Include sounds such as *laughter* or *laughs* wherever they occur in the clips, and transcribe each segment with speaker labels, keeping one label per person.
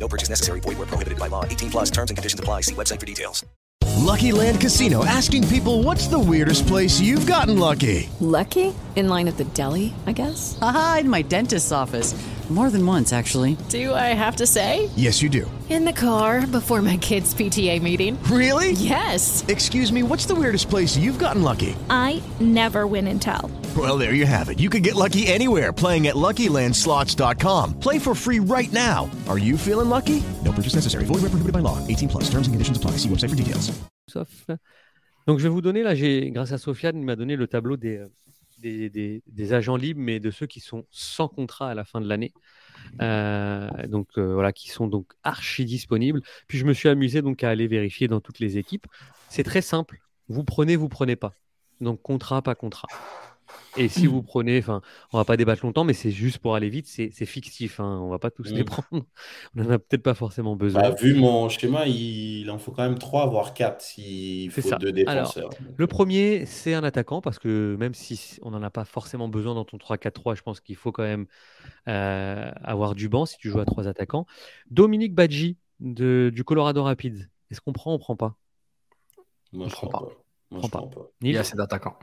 Speaker 1: No purchase necessary. Void where prohibited by law. 18 plus terms and conditions apply. See website for details.
Speaker 2: Lucky Land Casino asking people what's the weirdest place you've gotten lucky?
Speaker 3: Lucky? In line at the deli, I guess?
Speaker 4: Aha, Ah, in my dentist's office. More than once, actually.
Speaker 3: Do I have to say?
Speaker 2: Yes, you do.
Speaker 3: In the car before my kids' PTA meeting.
Speaker 2: Really?
Speaker 3: *laughs* Yes.
Speaker 2: Excuse me, what's the weirdest place you've gotten lucky?
Speaker 5: I never win and tell.
Speaker 2: Well, there you have it. You can get lucky anywhere playing at LuckyLandSlots.com. Play for free right now. Are you feeling lucky? No purchase necessary. Void where prohibited by law. 18 plus. Terms and conditions apply. See website for details.
Speaker 6: Sauf- Donc je vais vous donner, là, j'ai, grâce à Sofiane, il m'a donné le tableau des, euh, des, des- des agents libres, mais de ceux qui sont sans contrat à la fin de l'année. Euh, donc euh, voilà, qui sont donc archi disponibles. Puis je me suis amusé donc à aller vérifier dans toutes les équipes. C'est très simple. Vous prenez, vous prenez pas. Donc contrat, pas contrat. Et si vous prenez, enfin, on va pas débattre longtemps, mais c'est juste pour aller vite, c'est c'est fictif. Hein, on va pas tous les
Speaker 7: Mm.
Speaker 6: prendre. *laughs* On en a peut-être pas forcément besoin.
Speaker 7: Bah, vu mon schéma, il en faut quand même 3, voire 4 s'il
Speaker 6: C'est
Speaker 7: faut
Speaker 6: ça.
Speaker 7: deux
Speaker 6: Alors,
Speaker 7: défenseurs. Donc,
Speaker 6: Le premier, c'est un attaquant, parce que même si on n'en a pas forcément besoin dans ton 3-4-3, je pense qu'il faut quand même euh, avoir du banc si tu joues à trois attaquants. Dominique Badji de, du Colorado Rapids. Est-ce qu'on prend ou on prend pas
Speaker 7: moi, je
Speaker 8: prend
Speaker 7: prends
Speaker 8: pas.
Speaker 7: pas. Moi,
Speaker 6: Prend
Speaker 7: je
Speaker 6: pas.
Speaker 7: prends pas.
Speaker 8: Il y a
Speaker 6: Nils,
Speaker 8: assez d'attaquants.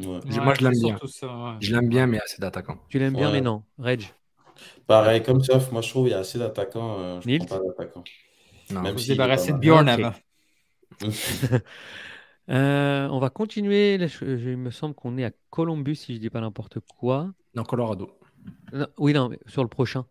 Speaker 7: Ouais.
Speaker 8: Je- Moi, je l'aime
Speaker 9: c'est
Speaker 8: bien.
Speaker 9: surtout ça, ouais.
Speaker 8: Je l'aime bien, mais il y a assez d'attaquants.
Speaker 6: tu l'aimes bien,
Speaker 7: Ouais.
Speaker 6: mais non. Reg,
Speaker 7: Pareil, comme ça, moi, je trouve qu'il y a assez d'attaquants. euh, je
Speaker 6: Nils
Speaker 7: prends pas d'attaquants.
Speaker 8: Non.
Speaker 7: Même
Speaker 9: Faut se
Speaker 7: s'il est pas
Speaker 9: débarrasser de
Speaker 7: mal.
Speaker 9: Bjorn
Speaker 6: Ok.
Speaker 9: avant.
Speaker 6: Euh, on va continuer. Là, je- je- il me semble qu'on est à Columbus, si je dis pas n'importe quoi.
Speaker 8: Dans Colorado.
Speaker 6: Non, oui, non, mais sur le prochain.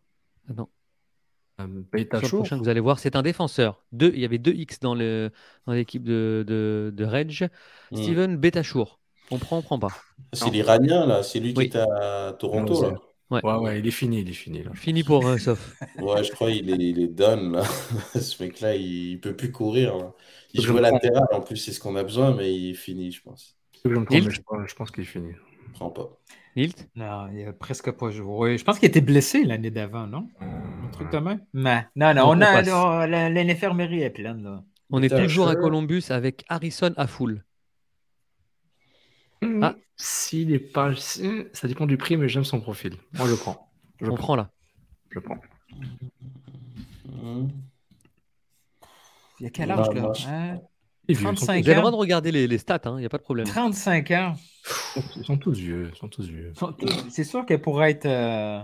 Speaker 8: Euh, Beita
Speaker 6: Sur le
Speaker 8: Shore.
Speaker 6: prochain que vous allez voir, c'est un défenseur. Deux, il y avait deux X dans le- dans l'équipe de, de, de Reg.
Speaker 7: Mm.
Speaker 6: Steven Betachour. On prend, on prend pas.
Speaker 7: C'est l'Iranien, là. C'est lui
Speaker 6: Oui.
Speaker 7: qui est à Toronto, là.
Speaker 8: Ouais, ouais, il est fini, il est fini. Là.
Speaker 6: Fini pour euh, Sof.
Speaker 7: Ouais, je crois qu'il est, il est done, là. *laughs* Ce mec-là, il, il peut plus courir. là. Il
Speaker 8: Je
Speaker 7: joue à
Speaker 8: le prends.
Speaker 7: latéral, en plus, c'est ce qu'on a besoin, mais il est fini, je pense.
Speaker 8: Je, me trompe,
Speaker 6: Nilt
Speaker 8: mais je pense, je pense qu'il est fini.
Speaker 7: Je prends pas.
Speaker 6: Hilt,
Speaker 9: Non, il a presque pas joué. Je pense qu'il était blessé l'année d'avant, non? Un truc de même? Non, non,
Speaker 6: Non,
Speaker 9: non, on
Speaker 6: on
Speaker 9: a,
Speaker 6: passe.
Speaker 9: non, la- la- l'infirmerie est pleine, là.
Speaker 6: on est
Speaker 7: Peter
Speaker 6: toujours à
Speaker 7: Schroeder.
Speaker 6: Columbus avec Harrison à full. Ah.
Speaker 8: Ah. S'il est pas. si- Ça dépend du prix, mais j'aime son profil. Moi, je prends. Je
Speaker 6: on
Speaker 8: prends.
Speaker 6: prend là.
Speaker 8: Je prends.
Speaker 7: Hmm.
Speaker 9: Il a quel
Speaker 7: Non,
Speaker 9: âge, là?
Speaker 7: moi, je-
Speaker 9: hein?
Speaker 8: Il est vieux,
Speaker 9: 35
Speaker 8: ils
Speaker 6: Vous avez le
Speaker 9: ans.
Speaker 6: droit de regarder les, les stats, il n'y a pas de problème.
Speaker 9: 35 ans.
Speaker 8: sont tous- Ils sont tous vieux. Ils sont tous vieux.
Speaker 9: Sont tous- C'est sûr qu'elle pourrait être. euh,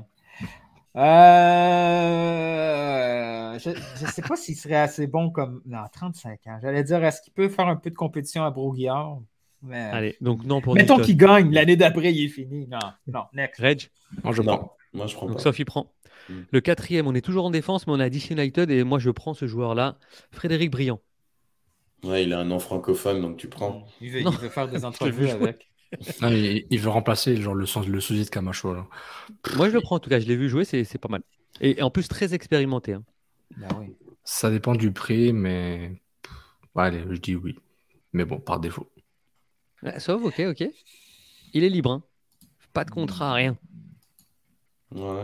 Speaker 9: euh, Je ne sais pas s'il serait assez bon comme. Non, 35 ans. J'allais dire, est-ce qu'il peut faire un peu de compétition à Broguillard? Mais...
Speaker 6: Allez, donc non pour
Speaker 9: Mettons
Speaker 6: Newton.
Speaker 9: qu'il gagne, l'année d'après, il est fini. Non, non, next.
Speaker 6: Reg,
Speaker 8: Moi, je
Speaker 7: Non.
Speaker 8: prends.
Speaker 7: Moi, je prends
Speaker 6: donc
Speaker 7: pas.
Speaker 6: Sophie prend.
Speaker 7: Mm.
Speaker 6: Le quatrième, on est toujours en défense, mais on a DC United et moi je prends ce joueur-là, Frédéric Briand.
Speaker 7: Ouais, il a un nom francophone, donc tu prends.
Speaker 9: Il veut,
Speaker 6: Non.
Speaker 9: il veut faire
Speaker 6: *laughs*
Speaker 9: des
Speaker 6: veux
Speaker 9: entrevues
Speaker 6: jouer.
Speaker 9: avec.
Speaker 8: Non, il, il veut remplacer genre, le, sens- le souci de Camacho. Là.
Speaker 6: Moi je le prends en tout cas, je l'ai vu jouer, c'est c'est pas mal. Et, et en plus très expérimenté. hein.
Speaker 9: Ben oui.
Speaker 8: Bah Ça dépend du prix, mais. Ouais, allez, je dis oui. Mais bon, par défaut.
Speaker 6: Ouais, Sauf, ok, ok. Il est libre. hein. Pas de contrat,
Speaker 8: Mm.
Speaker 6: rien.
Speaker 7: Ouais.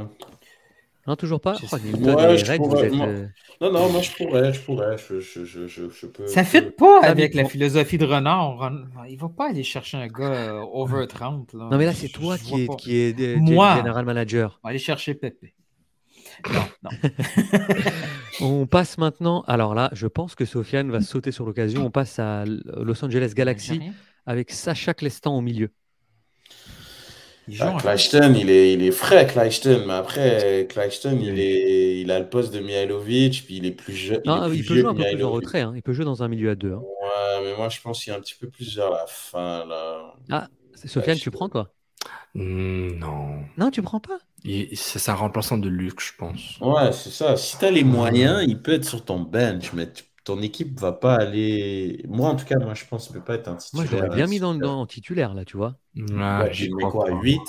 Speaker 6: Hein, toujours pas
Speaker 9: Je
Speaker 6: Oh,
Speaker 9: sais.
Speaker 6: Newton
Speaker 7: Ouais,
Speaker 6: et
Speaker 7: je
Speaker 6: Reg, vous
Speaker 7: pourrais-
Speaker 6: êtes,
Speaker 7: moi-
Speaker 6: euh,
Speaker 7: Non, non, moi, je pourrais, je pourrais. Je, je, je, je, je peux.
Speaker 9: Ça ne
Speaker 7: je
Speaker 9: fit
Speaker 7: peux.
Speaker 9: pas
Speaker 6: Ça
Speaker 9: avec
Speaker 6: fit
Speaker 9: la
Speaker 6: pas.
Speaker 9: philosophie de Renard. Ren- Il ne va pas aller chercher un gars euh, over 30.
Speaker 6: Non mais là c'est
Speaker 9: Je-
Speaker 6: toi
Speaker 9: je
Speaker 6: qui
Speaker 9: vois
Speaker 6: est,
Speaker 9: pas.
Speaker 6: qui est euh,
Speaker 9: Moi.
Speaker 6: general manager.
Speaker 9: On va aller chercher Pépé.
Speaker 6: On passe maintenant, alors là, je pense que Sofiane va sauter sur l'occasion. On passe à L- Los Angeles Galaxy
Speaker 9: Algérien.
Speaker 6: avec Sacha Clestan au milieu.
Speaker 9: Il joue
Speaker 7: Ah,
Speaker 9: en-
Speaker 6: hein.
Speaker 7: Clijstone, il est, il est frais, Clijstone, mais après, Clijstone, il est, il a le poste de Mihailovic, puis il est plus jeune. il est
Speaker 6: Non,
Speaker 7: plus
Speaker 6: Ah, il peut jouer
Speaker 7: vieux
Speaker 6: un
Speaker 7: que
Speaker 6: peu plus en
Speaker 7: Mihailovic.
Speaker 6: retrait, hein. il peut jouer dans un milieu à deux. hein.
Speaker 7: Ouais, mais moi, je pense qu'il est un petit peu plus vers la fin, là.
Speaker 6: Sofiane,
Speaker 7: je-
Speaker 6: tu prends toi
Speaker 8: Hmm, Non.
Speaker 6: Non, tu prends pas
Speaker 8: Il- C'est c'est un remplaçant de Luc, je pense.
Speaker 7: Ouais, c'est ça. Si t'as les moyens, il peut être sur ton bench, mais tu- ton équipe va pas aller. Moi, en tout cas, moi, je pense qu'il peut pas être un
Speaker 6: Moi, je l'aurais
Speaker 7: titulaire,
Speaker 6: bien
Speaker 7: un
Speaker 6: mis dans,
Speaker 7: titulaire.
Speaker 6: dans- en titulaire, là, tu vois.
Speaker 8: Ah,
Speaker 7: Ouais,
Speaker 8: j'y
Speaker 7: tu le mets
Speaker 8: crois
Speaker 7: quoi,
Speaker 8: pas.
Speaker 7: 8?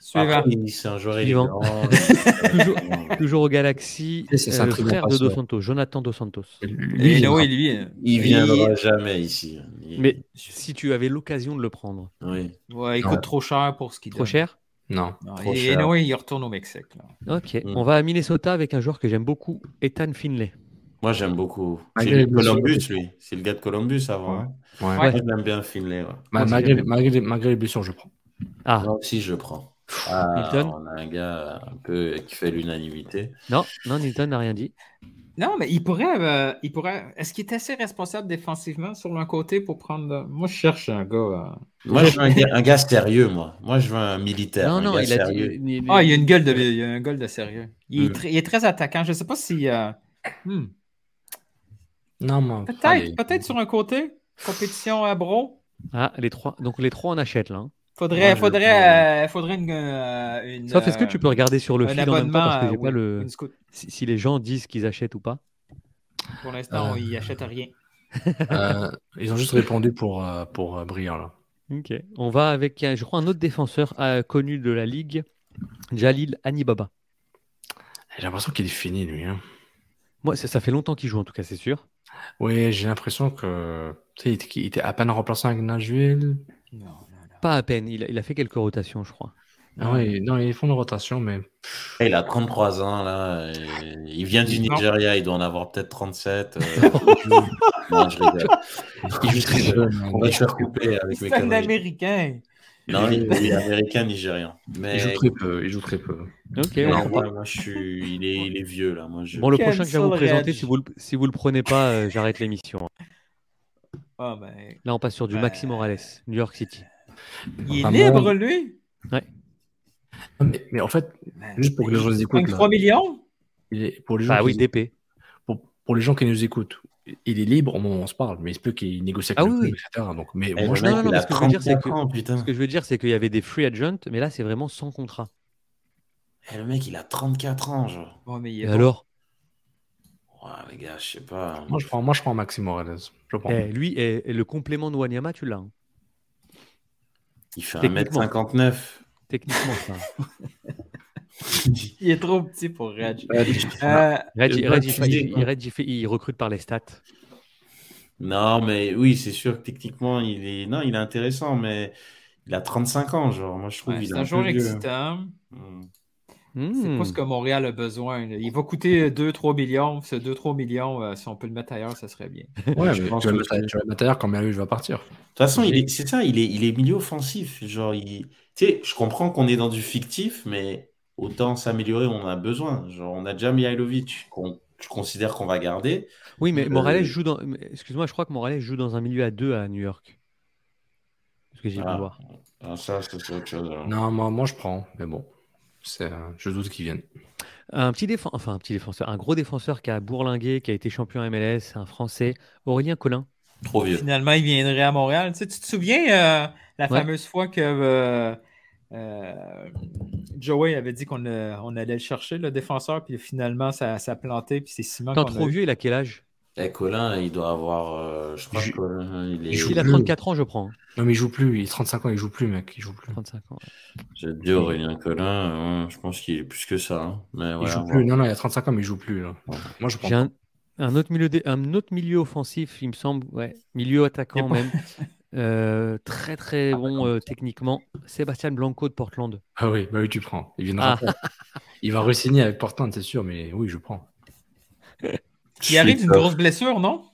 Speaker 9: Suivant.
Speaker 7: Après, c'est un joueur
Speaker 6: Suivant.
Speaker 7: élégant.
Speaker 6: *laughs* toujours, toujours au Galaxy,
Speaker 8: Et c'est
Speaker 6: euh,
Speaker 8: ça,
Speaker 6: le
Speaker 8: très bon
Speaker 6: frère de Dos
Speaker 8: passeur.
Speaker 6: Santos, Jonathan Dos Santos.
Speaker 8: Lui,
Speaker 10: Et
Speaker 8: il est
Speaker 10: oui,
Speaker 8: grand.
Speaker 10: lui.
Speaker 9: hein.
Speaker 10: euh,
Speaker 7: Il
Speaker 10: lui-
Speaker 7: viendra jamais ici. Il-
Speaker 6: Mais si tu avais l'occasion de le prendre,
Speaker 7: oui.
Speaker 9: Ouais, il
Speaker 8: Non.
Speaker 9: coûte trop cher pour ce qu'il
Speaker 6: trop
Speaker 9: donne.
Speaker 6: cher
Speaker 8: Non.
Speaker 9: Non,
Speaker 7: Trop
Speaker 9: et
Speaker 7: cher.
Speaker 9: anyway, il retourne au Mexique. là.
Speaker 6: Ok,
Speaker 7: Mm.
Speaker 6: on va à Minnesota avec un joueur que j'aime beaucoup, Ethan Finlay.
Speaker 7: Moi, j'aime beaucoup. C'est
Speaker 8: Malgré
Speaker 7: le
Speaker 8: les blessures.
Speaker 7: Columbus, lui. C'est le gars de Columbus avant. hein.
Speaker 8: Ouais.
Speaker 7: Moi, j'aime bien Finlay. ouais.
Speaker 8: Ma-
Speaker 6: Parce
Speaker 8: Malgré,
Speaker 6: que-
Speaker 8: malgré les, malgré les blessures, je prends.
Speaker 6: Ah,
Speaker 7: Moi aussi, je le prends. Ah,
Speaker 6: Milton
Speaker 7: on a un gars euh, un peu qui fait l'unanimité.
Speaker 6: non, non, Nilton n'a rien dit.
Speaker 9: Non, mais il pourrait. euh, il pourrait... Est-ce qu'il est assez responsable défensivement sur l'un côté pour prendre. euh, Moi, je cherche un gars. euh,
Speaker 7: Moi, je veux un gars, un gars sérieux, moi. Moi, je veux un militaire.
Speaker 6: non,
Speaker 7: un
Speaker 6: non,
Speaker 7: gars
Speaker 6: il a
Speaker 7: sérieux.
Speaker 6: dit. il- il-
Speaker 9: Ah, il y a une gueule de, il y a un gueule de sérieux. Il, est
Speaker 7: Mm.
Speaker 9: très- il est très attaquant. Je ne sais pas si. euh, hmm,
Speaker 8: Non, mais.
Speaker 9: Peut-être, peut-être sur un côté, compétition à bro.
Speaker 6: Ah, les trois. Donc les trois, on achète là. hein.
Speaker 9: Faudrait,
Speaker 7: Ouais, je-
Speaker 9: faudrait, euh, faudrait une, euh, une,
Speaker 6: Sauf, est-ce que
Speaker 9: euh,
Speaker 6: tu peux regarder sur le
Speaker 9: un
Speaker 6: fil en même temps parce
Speaker 9: abonnement
Speaker 6: que j'ai
Speaker 9: à-
Speaker 6: pas
Speaker 9: oui,
Speaker 6: le.
Speaker 9: une scout.
Speaker 6: Si, si les gens disent qu'ils achètent ou pas.
Speaker 9: Pour l'instant,
Speaker 8: Euh.
Speaker 9: il achète rien.
Speaker 8: Euh, ils ont juste répondu pour, euh, pour euh, Briand, là.
Speaker 6: Ok. On va avec, euh, je crois, un autre défenseur euh, connu de la ligue, Jalil Anibaba.
Speaker 8: J'ai l'impression qu'il est fini, lui. Hein.
Speaker 6: Moi, ça, ça fait longtemps qu'il joue en tout cas, c'est sûr.
Speaker 8: Oui, j'ai l'impression que. Tu sais, il était- il était à peine remplaçant avec Nashville.
Speaker 9: Non, non,
Speaker 6: Pas à peine. Il, a- il a fait quelques rotations, je crois.
Speaker 8: Ah ouais, non, ils font une rotation, mais.
Speaker 7: Il a 33 ans, là. et Il vient du
Speaker 9: Non.
Speaker 7: Nigeria. Il doit en avoir peut-être 37. euh,
Speaker 6: *laughs*
Speaker 7: non, je rigole.
Speaker 8: Ils jouent très jeune. hein.
Speaker 7: On va se faire couper avec mes
Speaker 9: C'est un
Speaker 7: conneries.
Speaker 9: Américain.
Speaker 7: Non, il il est américain, nigérian.
Speaker 8: Ils
Speaker 7: Mais
Speaker 8: jouent très peu. Ils jouent très peu.
Speaker 6: Ok.
Speaker 7: Non,
Speaker 6: on
Speaker 7: moi,
Speaker 6: prend pas.
Speaker 7: moi, je suis... il, est, il est vieux, là. Moi, je...
Speaker 6: Bon, le
Speaker 9: Quel
Speaker 6: prochain que je vais vous
Speaker 9: seul
Speaker 6: présenter,
Speaker 9: Reg.
Speaker 6: si vous le, si vous le prenez pas, euh, j'arrête l'émission. hein.
Speaker 9: Ah, ben,
Speaker 6: Là, on passe sur du
Speaker 9: Ouais.
Speaker 6: Maxi Morales, New York City.
Speaker 9: il est
Speaker 8: Ramon.
Speaker 9: libre, lui.
Speaker 8: Mais, mais en fait, juste pour que les gens les écoutent,
Speaker 9: 3
Speaker 8: là,
Speaker 9: millions?
Speaker 8: il est- pour, les gens
Speaker 6: Bah
Speaker 8: qui-
Speaker 6: oui, DP.
Speaker 8: pour, pour les gens qui nous écoutent, il est libre au moment où on se parle, mais il se peut qu'il négocie avec
Speaker 6: Ah
Speaker 8: le
Speaker 6: oui,
Speaker 8: club,
Speaker 6: oui.
Speaker 8: etc. Donc, mais
Speaker 7: Eh,
Speaker 8: moi,
Speaker 7: le
Speaker 8: je
Speaker 6: non,
Speaker 7: mec,
Speaker 6: non, non,
Speaker 7: il a
Speaker 6: ce que je veux dire, c'est
Speaker 7: 34
Speaker 6: que-
Speaker 7: ans, putain.
Speaker 6: Ce que je veux dire, c'est qu'il y avait des free agents, mais là, c'est vraiment sans contrat.
Speaker 7: Eh, le mec, il a 34 ans, genre.
Speaker 9: Ouais, mais il est
Speaker 6: Et
Speaker 9: bon.
Speaker 6: alors
Speaker 7: Ouais, les gars, je sais pas.
Speaker 8: moi, je prends, moi, je prends Maxime Morales. Je prends.
Speaker 6: Eh, Lui, et, le complément de Wanyama, tu l'as. hein.
Speaker 7: Il fait
Speaker 6: Techniquement.
Speaker 7: 1m59.
Speaker 6: Techniquement, ça.
Speaker 9: Il est trop petit pour Reg.
Speaker 7: Euh,
Speaker 9: Euh,
Speaker 6: Reg, *laughs*
Speaker 7: Il
Speaker 6: il,
Speaker 7: va
Speaker 6: Reg, il fait-
Speaker 7: filer,
Speaker 6: il-
Speaker 7: quoi.
Speaker 6: il- Reg, il fait- il recrute par les stats.
Speaker 7: Non, mais oui, c'est sûr que techniquement, il est, non, il est intéressant, mais il a 35 ans, genre. Moi, je trouve
Speaker 9: ouais,
Speaker 7: qu'il
Speaker 9: c'est
Speaker 7: est un
Speaker 9: un joueur
Speaker 7: peu
Speaker 8: hein.
Speaker 7: vieux.
Speaker 9: excitant.
Speaker 7: Hmm.
Speaker 9: C'est
Speaker 6: Hmm.
Speaker 9: pas ce que Montréal a besoin. là. Il va coûter 2-3 millions. Ce 2-3 millions, euh, si on peut le mettre ailleurs, ça serait bien.
Speaker 8: Ouais,
Speaker 7: je
Speaker 8: mais
Speaker 7: pense
Speaker 8: tu vas
Speaker 7: que-
Speaker 8: mettre à- tu vas mettre ailleurs quand Merrill va partir.
Speaker 7: De toute façon, il est- c'est ça, il est, il est milieu offensif. Genre, il, tu sais, je comprends qu'on est dans du fictif, mais autant s'améliorer, on en a besoin. Genre, on a déjà Mihailovic, qu'on je considère qu'on va garder.
Speaker 6: Oui, mais
Speaker 7: Euh,
Speaker 6: Morales joue dans. mais Excuse-moi, je crois que Morales joue dans un milieu à deux à New York. Parce que j'ai
Speaker 7: Ah.
Speaker 6: pu voir.
Speaker 7: Alors ça, ça, c'est autre chose. hein. alors.
Speaker 8: Non, moi, moi, je prends, mais bon. C'est, euh, je doute qu'il vienne.
Speaker 6: Un petit défenseur, enfin un petit défenseur, un gros défenseur qui a bourlingué, qui a été champion MLS, un Français, Aurélien Collin.
Speaker 7: Trop vieux.
Speaker 9: Finalement, il viendrait à Montréal. Tu, sais, tu te souviens euh, la
Speaker 6: Ouais.
Speaker 9: fameuse fois que euh, euh, Joey avait dit qu'on euh, on allait le chercher, le défenseur, puis finalement, ça, ça a planté, puis c'est
Speaker 7: Ah,
Speaker 9: Simon
Speaker 6: Tant
Speaker 9: qu'on a
Speaker 6: trop
Speaker 9: eu.
Speaker 6: vieux, il a quel âge
Speaker 7: Et Eh, Colin, il doit avoir, euh, je crois
Speaker 8: Je-
Speaker 7: que Colin, il est,
Speaker 8: Il joue
Speaker 6: S'il a
Speaker 8: plus.
Speaker 6: 34 ans, je prends. hein.
Speaker 8: Non, mais il joue plus. Il est 35 ans, il joue plus, mec. Il joue plus.
Speaker 6: 35 ans.
Speaker 7: j'ai dit Aurélien Colin, euh, je pense qu'il est plus que ça. hein. Mais
Speaker 8: il
Speaker 7: voilà,
Speaker 8: joue
Speaker 7: voilà.
Speaker 8: plus. Non, non, il a 35 ans, mais il joue plus. là.
Speaker 7: Ouais.
Speaker 8: Moi, je prends.
Speaker 6: J'ai un, un autre milieu, dé- un autre milieu offensif, il me semble, ouais, milieu attaquant
Speaker 7: *laughs*
Speaker 6: même, Euh, très très
Speaker 7: Ah,
Speaker 6: bon euh, techniquement, Sébastien Blanco de Portland.
Speaker 8: Ah oui, bah oui, tu prends. Il viendra. pas. Il va re-signer avec Portland, c'est sûr, mais oui, je prends.
Speaker 7: Je
Speaker 9: Il arrive
Speaker 7: suis
Speaker 9: d'une
Speaker 7: top.
Speaker 9: grosse blessure, non?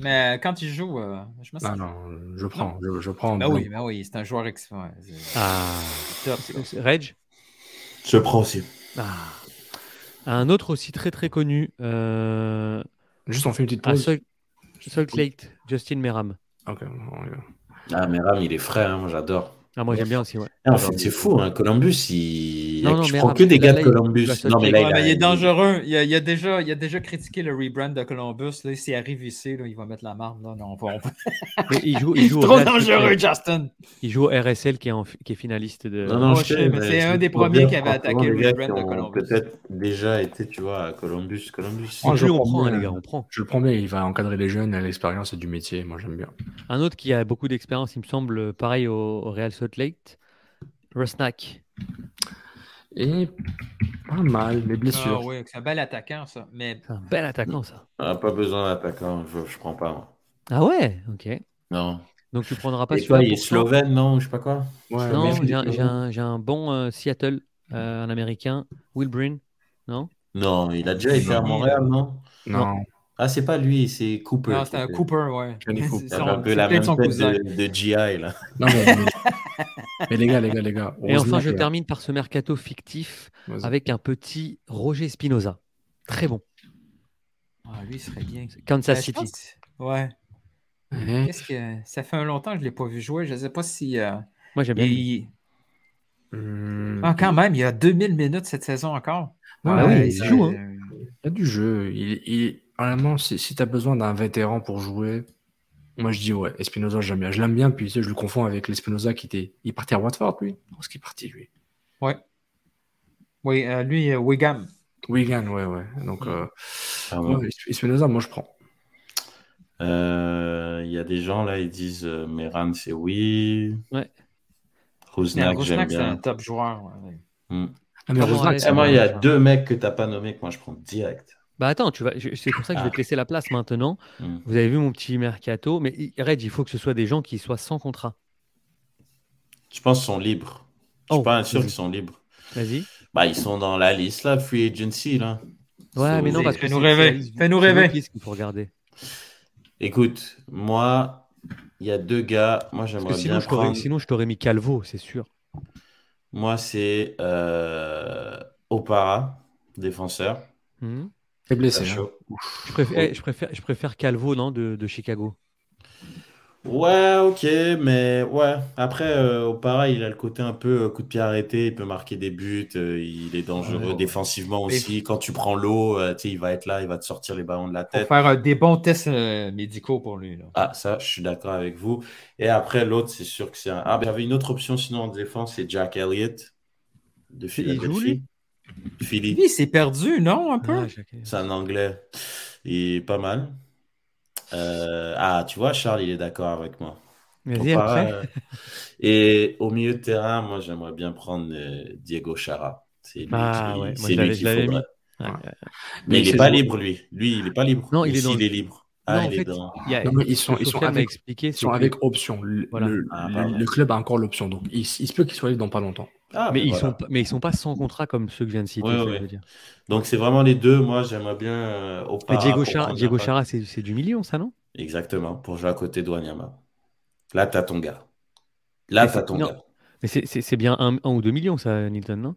Speaker 9: Mais quand il joue, euh, je me
Speaker 8: Non,
Speaker 9: sens.
Speaker 8: non, je prends. Je, je prends.
Speaker 9: Ben oui, ben oui, c'est un joueur ex. ouais, c'est-
Speaker 6: Ah,
Speaker 9: c'est top, ça.
Speaker 6: Reg
Speaker 7: Je prends aussi.
Speaker 6: Ah. Un autre aussi très très connu, euh,
Speaker 8: Juste, on fait une petite
Speaker 6: à
Speaker 8: pause.
Speaker 6: Salt, Salt Lake, Justin Meram.
Speaker 8: Ok, on y va.
Speaker 7: Ah, mais Ram, il est frais, hein, moi j'adore.
Speaker 6: Ah, moi j'aime bien aussi, ouais.
Speaker 7: Eh, en fait, c'est fou, hein, Columbus, il...
Speaker 6: Non, non,
Speaker 7: je
Speaker 6: mais
Speaker 7: prends
Speaker 6: Ram,
Speaker 7: que des
Speaker 6: là,
Speaker 7: gars
Speaker 6: là,
Speaker 7: de
Speaker 6: il-
Speaker 7: Columbus.
Speaker 6: il va se
Speaker 7: Non, mais
Speaker 6: faire-
Speaker 7: là,
Speaker 9: Ouais,
Speaker 7: Ben, il a-
Speaker 9: mais il est dangereux. Il a, il a déjà, il a déjà critiqué le rebrand de Columbus. là. S'il arrive ici, là, il va mettre la marde. là. Non, on va- on va-
Speaker 6: Mais il joue, il joue au
Speaker 9: Trop
Speaker 6: Real
Speaker 9: dangereux,
Speaker 6: Salt Lake.
Speaker 9: Justin!
Speaker 6: Il joue au RSL qui est, en- qui est finaliste de.
Speaker 7: Non, non,
Speaker 9: Ouais,
Speaker 7: je
Speaker 9: je sais, mais c'est un des premiers qui avait attaqué le
Speaker 7: gars
Speaker 9: rebrand
Speaker 7: qui
Speaker 9: de
Speaker 7: ont
Speaker 9: Columbus.
Speaker 7: Peut-être déjà été, tu vois, à Columbus. Columbus.
Speaker 8: Oh, je
Speaker 6: Plus on
Speaker 8: prends
Speaker 6: prend, hein,
Speaker 8: bien.
Speaker 6: les gars, on prend.
Speaker 8: Je le prends bien, il va encadrer les jeunes, il a l'expérience et du métier. Moi, j'aime bien.
Speaker 6: Un autre qui a beaucoup d'expérience, il me semble, pareil au, au Real Salt Lake, Rusnak.
Speaker 8: Et pas mal, mais blessures.
Speaker 9: Ah oui, c'est un bel attaquant, ça. Mais...
Speaker 6: C'est un bel attaquant, ça.
Speaker 7: Ah, pas besoin d'attaquant, je, je prends pas. moi.
Speaker 6: Ah ouais Ok.
Speaker 7: Non.
Speaker 6: Donc tu prendras pas
Speaker 7: Et
Speaker 6: celui-là
Speaker 7: quoi, il est
Speaker 6: pour toi
Speaker 7: slovène, non ou Je sais pas quoi.
Speaker 8: Ouais,
Speaker 6: Non,
Speaker 8: mais-
Speaker 6: j'ai un, j'ai un- j'ai un bon euh, Seattle, euh, un américain, Will Brin. Non
Speaker 7: Non, il a déjà été à Montréal, non
Speaker 8: Non.
Speaker 7: Ah, c'est pas lui, c'est Cooper.
Speaker 9: Non, c'était un Cooper, ouais. *laughs*
Speaker 8: Johnny
Speaker 9: C'est
Speaker 8: Cooper.
Speaker 7: Ça
Speaker 9: son-
Speaker 7: fait un peu
Speaker 9: c'est
Speaker 7: la
Speaker 9: peut-être
Speaker 7: même
Speaker 9: son
Speaker 7: tête
Speaker 9: cousin.
Speaker 7: de, de GI, là.
Speaker 8: Non, mais, *laughs* mais les gars, les gars, les gars.
Speaker 6: Et enfin,
Speaker 8: heureusement
Speaker 6: je
Speaker 8: que-
Speaker 6: termine par ce mercato fictif
Speaker 8: Vas-y.
Speaker 6: avec un petit Roger Spinoza. Très bon.
Speaker 9: Ah, lui, il serait bien.
Speaker 6: Kansas
Speaker 9: Ben, je
Speaker 6: City.
Speaker 9: pense- Ouais.
Speaker 8: Hein?
Speaker 9: Qu'est-ce que... Ça fait un longtemps que je ne l'ai pas vu jouer. Je ne sais pas si... euh,
Speaker 6: Moi, j'aime bien. lui.
Speaker 9: il-
Speaker 8: Hum,
Speaker 9: Ah, quand même, il y a 2000 minutes cette saison encore.
Speaker 8: Ouais,
Speaker 9: Ah,
Speaker 8: oui,
Speaker 9: euh,
Speaker 8: il joue,
Speaker 7: hein.
Speaker 8: Il y a du jeu. Il, il... Honnêtement, si, si tu as besoin d'un vétéran pour jouer, moi je dis ouais, Espinoza, j'aime bien. Je l'aime bien, puis tu sais, je le confonds avec l'Espinoza qui était. Il partait à Watford, lui. Je pense qu'il est parti, lui.
Speaker 9: Ouais. Oui, euh, lui, euh, Wigan.
Speaker 8: Wigan, ouais, ouais. Donc, euh,
Speaker 7: Ah
Speaker 8: ouais,
Speaker 7: ouais.
Speaker 8: Esp- Espinoza, moi je prends.
Speaker 7: Euh, Il y a des gens, là, ils disent euh, Meran, c'est oui.
Speaker 6: Ouais.
Speaker 9: Mais
Speaker 7: Rosnak, j'aime
Speaker 9: Rusnak, c'est un
Speaker 7: bien.
Speaker 9: top joueur. ouais.
Speaker 7: Hmm.
Speaker 8: Ah, mais
Speaker 6: Comment
Speaker 8: Rosnak,
Speaker 6: aller,
Speaker 8: c'est
Speaker 7: Ah, moi, il y a
Speaker 8: bon.
Speaker 7: deux mecs que t'as pas nommés que moi je prends direct.
Speaker 6: Bah attends, tu vas... je- c'est pour ça que je vais
Speaker 7: Ah.
Speaker 6: te laisser la place maintenant.
Speaker 7: Hmm.
Speaker 6: Vous avez vu mon petit mercato, mais il- Reg, il faut que ce soit des gens qui soient sans contrat.
Speaker 7: Je pense qu'ils sont libres. Je
Speaker 6: Oh.
Speaker 7: suis pas sûr qu'ils sont libres.
Speaker 6: Vas-y.
Speaker 7: Bah, ils sont dans la liste, là, Free Agency, là.
Speaker 6: Ouais,
Speaker 7: So-
Speaker 6: mais non,
Speaker 9: Vas-y,
Speaker 6: parce que
Speaker 9: fais-nous
Speaker 6: c'est- c'est-
Speaker 9: rêver,
Speaker 6: c'est-
Speaker 9: fais-nous
Speaker 6: c'est
Speaker 9: rêver.
Speaker 6: notre liste qu'il faut regarder.
Speaker 7: Écoute, moi, il y a deux gars. Moi,
Speaker 6: Parce que
Speaker 7: j'aimerais
Speaker 6: sinon,
Speaker 7: bien
Speaker 6: je t'aurais-
Speaker 7: prendre.
Speaker 6: sinon, je t'aurais mis Calvo, c'est sûr.
Speaker 7: Moi, c'est euh, Opara, défenseur.
Speaker 6: Hmm
Speaker 8: T'es blessé. hein.
Speaker 7: Chaud.
Speaker 6: Je préfère, eh, je préfère, je préfère Calvo, non, de, de Chicago.
Speaker 7: Ouais, ok, mais ouais. Après, euh, Opara, il a le côté un peu euh, coup de pied arrêté, il peut marquer des buts, euh, il est dangereux
Speaker 8: Ouais.
Speaker 7: défensivement
Speaker 9: Mais-
Speaker 7: aussi. Quand tu prends l'eau, euh, tu sais, il va être là, il va te sortir les ballons de la
Speaker 9: Pour
Speaker 7: tête.
Speaker 9: faire euh, des bons tests euh, médicaux pour lui. là.
Speaker 7: Ah, ça, je suis d'accord avec vous. Et après, l'autre, c'est sûr que c'est un. Ah, ben, j'avais une autre option sinon en défense, c'est Jack Elliott de
Speaker 6: Il joue, lui
Speaker 7: Philadelphie. Philly.
Speaker 9: Lui, il s'est perdu, non, un peu?
Speaker 6: Ah, j'ai-
Speaker 7: C'est un anglais. Il est pas mal. Euh, ah, tu vois, Charles, il est d'accord avec moi.
Speaker 6: Vas-y,
Speaker 7: Faut pas,
Speaker 6: après.
Speaker 7: euh, Et au milieu de terrain, moi, j'aimerais bien prendre euh, Diego Chara. C'est lui
Speaker 6: Ah
Speaker 7: qui-
Speaker 6: ouais, moi,
Speaker 7: c'est
Speaker 6: je
Speaker 7: lui
Speaker 6: l'avais-
Speaker 7: qu'il
Speaker 6: je l'avais
Speaker 7: faudrait.
Speaker 6: Ouais.
Speaker 7: Mais
Speaker 8: Mais
Speaker 7: il
Speaker 8: c'est
Speaker 7: n'est pas
Speaker 8: joué.
Speaker 7: libre, lui. Lui, il n'est pas libre.
Speaker 6: Non, il
Speaker 7: Mais
Speaker 6: est dans
Speaker 7: si,
Speaker 6: le-
Speaker 7: est libre.
Speaker 6: Non,
Speaker 7: Ah,
Speaker 6: en
Speaker 7: il est
Speaker 6: fait,
Speaker 7: dans.
Speaker 6: il y a-
Speaker 8: Non, mais ils sont,
Speaker 6: Sofiane
Speaker 8: ils sont
Speaker 6: m'a
Speaker 8: avec,
Speaker 6: expliqué,
Speaker 8: ils
Speaker 6: c'est
Speaker 8: sont
Speaker 6: que-
Speaker 8: avec option. Le,
Speaker 6: Voilà.
Speaker 8: le-
Speaker 7: Ah,
Speaker 8: le-
Speaker 7: pardon.
Speaker 8: le club a encore l'option, donc il, il se peut qu'il soit libre dans pas longtemps.
Speaker 7: Ah,
Speaker 6: mais, ils
Speaker 7: voilà.
Speaker 6: sont, pas- mais ils sont pas sans contrat comme ceux que je viens de citer.
Speaker 7: Ouais,
Speaker 6: ça, je
Speaker 7: ouais.
Speaker 6: veux dire.
Speaker 7: Donc, c'est vraiment les deux. Moi, j'aimerais bien euh,
Speaker 6: Mais
Speaker 7: Opara
Speaker 6: Diego,
Speaker 7: pour
Speaker 6: Chara,
Speaker 7: prendre
Speaker 6: Diego
Speaker 7: un pas-
Speaker 6: Chara, c'est c'est du million, ça, non
Speaker 7: Exactement, pour jouer à côté de Wanyama. Là, t'as ton gars.
Speaker 6: Mais
Speaker 7: Là, t'as
Speaker 6: c'est-
Speaker 7: ton
Speaker 6: non.
Speaker 7: gars.
Speaker 6: Mais c'est- c'est c'est bien un, un ou deux millions, ça, Nilton, non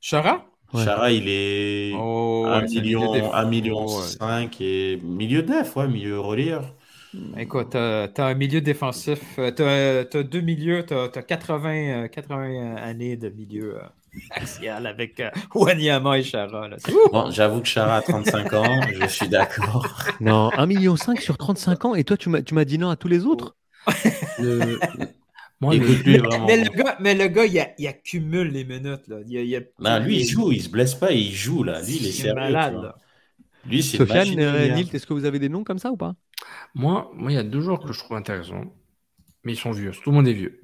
Speaker 9: Chara?
Speaker 6: Ouais.
Speaker 7: Chara, il est.
Speaker 9: Oh,
Speaker 7: un
Speaker 9: ouais, c'est le
Speaker 7: million,
Speaker 9: milieu dé-
Speaker 7: un million
Speaker 9: Oh, ouais.
Speaker 7: cinq et milieu de def, ouais, milieu relayeur.
Speaker 9: Écoute, euh, t'as t'as un milieu défensif, euh, t'as t'as deux milieux, t'as t'as 80, euh, 80 années de milieu euh, axial avec euh, Wanyama et Chara. là. C'est-
Speaker 7: Bon, j'avoue que Chara a 35 ans, je suis d'accord.
Speaker 9: *laughs*
Speaker 6: Non, 1,5 million sur 35 ans, et toi, tu m'as tu m'as dit non à tous les
Speaker 7: Oh,
Speaker 6: autres
Speaker 8: Le- Moi, le-
Speaker 7: Écoute, lui, vraiment.
Speaker 9: Mais le gars, mais le gars il, a- il accumule les minutes. Là. Il, a- il a-
Speaker 7: Non, Ben, lui, il joue, il se blesse pas, il joue, là. Lui, il est sérieux.
Speaker 9: malade.
Speaker 7: tu vois.
Speaker 9: là.
Speaker 7: Lui, c'est hein. une
Speaker 6: Sofiane,
Speaker 7: machine
Speaker 6: euh,
Speaker 7: de guerre.
Speaker 6: Nilt, est-ce que vous avez des noms comme ça ou pas
Speaker 8: Moi, moi, il y a deux joueurs que je trouve intéressants, mais ils sont vieux. Tout le monde est vieux.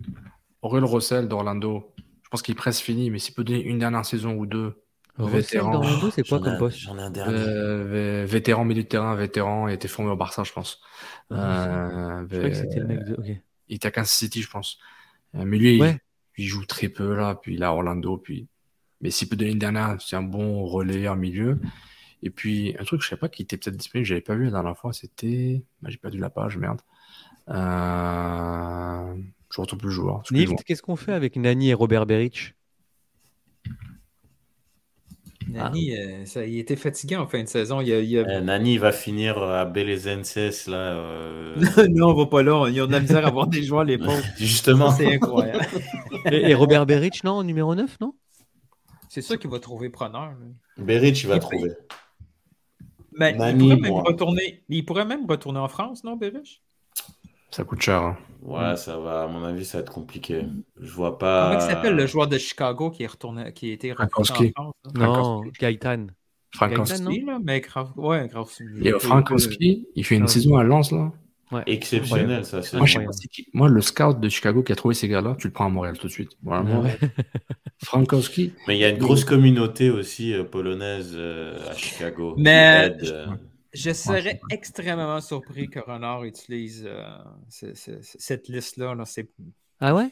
Speaker 8: Aurel Rossel d'Orlando, je pense qu'il est presque fini, mais s'il peut donner une dernière saison ou deux,
Speaker 6: Russell
Speaker 8: Vétéran.
Speaker 6: Dornado, c'est quoi
Speaker 7: J'en ai
Speaker 6: comme
Speaker 7: un-
Speaker 6: poste
Speaker 7: J'en ai un dernier.
Speaker 8: euh, vé- vétéran milieu de terrain, vétéran, il a été formé au Barça, je pense.
Speaker 6: Ah,
Speaker 8: Euh,
Speaker 6: Je croyais que c'était le mec de. ok.
Speaker 8: il était à Kansas City, je pense. Euh, mais lui, il-
Speaker 6: Ouais.
Speaker 8: il, joue très peu là, puis là, Orlando, puis. Mais s'il peut donner une dernière, c'est un bon relais en milieu. Et puis, un truc, je sais pas, qui était peut-être disponible, que j'avais pas vu la dernière fois, c'était. Bah, j'ai perdu la page, merde. Euh... Je retrouve plus le joueur. excuse-moi.
Speaker 6: Nilt, qu'est-ce qu'on fait avec Nani et Robert Beric
Speaker 9: Nani, euh, ça, il était fatigué en fin de saison. Il a- il a-
Speaker 7: Euh, Nani, il va finir à Belezenses, là.
Speaker 6: *laughs*
Speaker 7: euh,
Speaker 9: *laughs* non, on va pas là. Ils ont de la misère à avoir des joueurs, les
Speaker 7: *laughs*
Speaker 9: pauvres.
Speaker 7: Justement.
Speaker 9: C'est incroyable.
Speaker 6: et, et Robert Beric, non, en numéro 9, non
Speaker 9: C'est sûr qu'il va trouver preneur. là.
Speaker 7: Beric, il va
Speaker 9: Il-
Speaker 7: trouver.
Speaker 9: Mais Ben, il,
Speaker 7: Nani,
Speaker 9: pourrait même
Speaker 7: moi.
Speaker 9: retourner, il pourrait même retourner en France, non, Bérich?
Speaker 8: Ça coûte cher. hein.
Speaker 6: Mm.
Speaker 7: Ouais, ça va, à mon avis, ça va être compliqué. Je vois
Speaker 9: Comment
Speaker 7: pas.
Speaker 9: il s'appelle le joueur de Chicago qui est retourné, qui a été
Speaker 8: Gronkowski.
Speaker 9: retourné en France? là?
Speaker 6: Non, Gaëtan.
Speaker 8: Frankowski.
Speaker 6: Gaëtan, non
Speaker 9: Oui, là, mais grave, ouais, grave.
Speaker 8: Et euh, Frankowski, il fait une
Speaker 6: Ah.
Speaker 8: saison à Lens, là.
Speaker 7: Exceptionnel, ça. c'est
Speaker 8: Moi, je sais
Speaker 7: incroyable.
Speaker 8: pas c'est qui. Moi, le scout de Chicago qui a trouvé ces gars-là, tu le prends à Montréal tout de suite. Voilà, moi, Frankowski.
Speaker 7: Mais il y a une grosse communauté aussi euh, polonaise euh, à Chicago.
Speaker 9: Mais-
Speaker 7: Qui aide, euh,
Speaker 9: Je serais extrêmement surpris que Renard utilise euh, ce- ce- ce- cette liste-là. là. C'est
Speaker 6: Ah ouais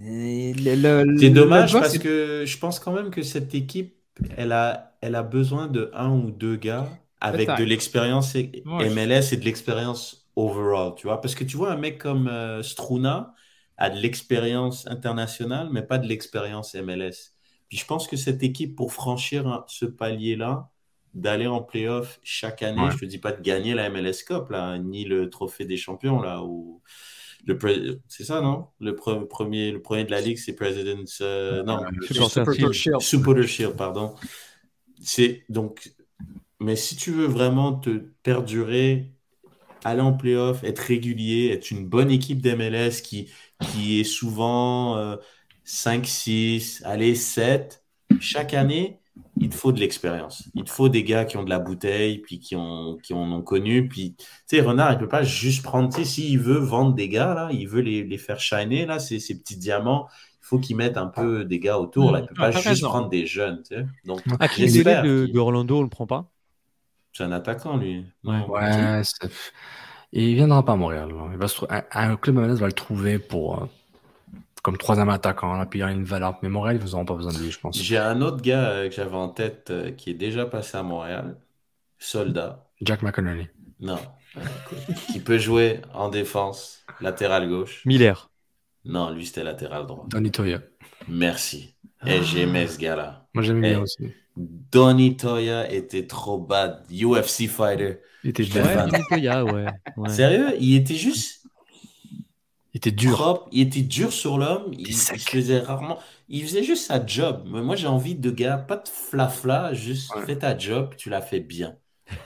Speaker 9: Et le- le-
Speaker 7: C'est
Speaker 9: le
Speaker 7: dommage
Speaker 9: boss,
Speaker 7: parce
Speaker 9: c'est-
Speaker 7: que je pense quand même que cette équipe, elle a, elle a besoin de un ou deux gars avec
Speaker 9: Peut-être.
Speaker 7: de l'expérience et-
Speaker 9: Ouais.
Speaker 7: MLS et de l'expérience overall, tu vois. Parce que tu vois, un mec comme euh, Struna a de l'expérience internationale, mais pas de l'expérience MLS. Puis je pense que cette équipe, pour franchir hein, ce palier-là, d'aller en playoff chaque année,
Speaker 8: Ouais.
Speaker 7: je te dis pas de gagner la MLS Cup, là, ni le trophée des champions, là, ou le pre- c'est ça, non? Le pre- premier, le premier de la ligue, c'est President's, euh, non,
Speaker 6: Supporter
Speaker 7: Supporter
Speaker 6: Shield.
Speaker 7: Supporter Shield, pardon. C'est donc, mais si tu veux vraiment te perdurer, aller en playoff, être régulier, être une bonne équipe d'MLS qui, qui est souvent euh, 5, 6, allez, 7, chaque année, il te faut de l'expérience. Il te faut des gars qui ont de la bouteille, puis qui, ont, qui en ont connu. Puis, tu sais, Renard, il peut pas juste prendre, tu sais, s'il veut vendre des gars, là, il veut les, les faire shiner, là, ces, ces petits diamants, il faut qu'il mette un peu des gars autour, là. Il peut
Speaker 9: Ah,
Speaker 7: pas
Speaker 9: t'as
Speaker 7: juste
Speaker 9: raison.
Speaker 7: prendre des jeunes, tu sais. Donc,
Speaker 6: Ah, qui est
Speaker 7: j'espère.
Speaker 6: de, de Orlando, on le prend pas
Speaker 7: C'est un attaquant, lui. Non.
Speaker 8: Ouais, c'est- il viendra pas à Montréal. là. Il va se trou- un, un club MLS va le trouver pour euh, comme troisième attaquant, là, puis il y a une valeur. Mais Montréal, ils n'auront pas besoin de lui, je pense.
Speaker 7: J'ai un autre gars euh, que j'avais en tête euh, qui est déjà passé à Montréal, soldat.
Speaker 8: Jack McConnelly.
Speaker 7: Non. Euh, qui peut jouer en défense, latéral gauche.
Speaker 6: Miller.
Speaker 7: Non, lui, c'était latéral droit.
Speaker 8: Donny Toya.
Speaker 7: Merci. Et j'aimais ce gars-là.
Speaker 8: Moi, j'aime
Speaker 7: Eh,
Speaker 8: bien aussi.
Speaker 7: Donny Toya était trop bad. UFC fighter.
Speaker 8: Il était,
Speaker 7: Ouais.
Speaker 8: bête.
Speaker 6: Montoya, ouais. ouais.
Speaker 7: Sérieux, il était juste
Speaker 8: il était dur.
Speaker 7: propre. Il était dur sur l'homme. Il,
Speaker 8: Des
Speaker 7: il
Speaker 8: sacs.
Speaker 7: se faisait rarement. Il faisait juste sa job. Mais moi, j'ai envie de gars, pas de flafla, juste
Speaker 8: Ouais.
Speaker 7: fais ta job, tu la fais bien.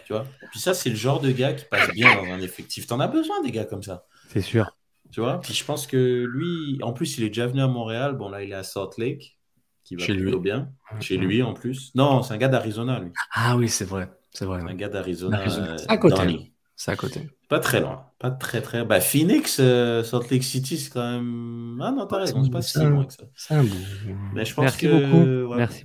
Speaker 7: Tu vois? Puis ça, c'est le genre de gars qui passe bien dans un effectif. T'en as besoin des gars comme ça.
Speaker 6: C'est sûr.
Speaker 7: Tu vois, puis je pense que lui, en plus, il est déjà venu à Montréal. Bon, là, il est à Salt Lake, qui va
Speaker 8: Chez lui.
Speaker 7: plutôt bien. Chez lui, en plus. Non, c'est un gars d'Arizona, lui.
Speaker 8: Ah oui, c'est vrai. C'est vrai.
Speaker 7: Un
Speaker 8: ouais.
Speaker 7: gars d'Arizona.
Speaker 8: Arizona.
Speaker 7: euh,
Speaker 8: C'est à côté.
Speaker 7: Downey.
Speaker 8: C'est à côté.
Speaker 7: Pas très loin. Pas très, très. Bah, Phoenix, euh, Salt Lake City, c'est quand même. Ah non, t'as raison, c'est pas si loin que ça.
Speaker 8: C'est un bout.
Speaker 7: Mais je pense
Speaker 6: Merci
Speaker 7: que.
Speaker 6: beaucoup.
Speaker 7: ouais.
Speaker 6: Merci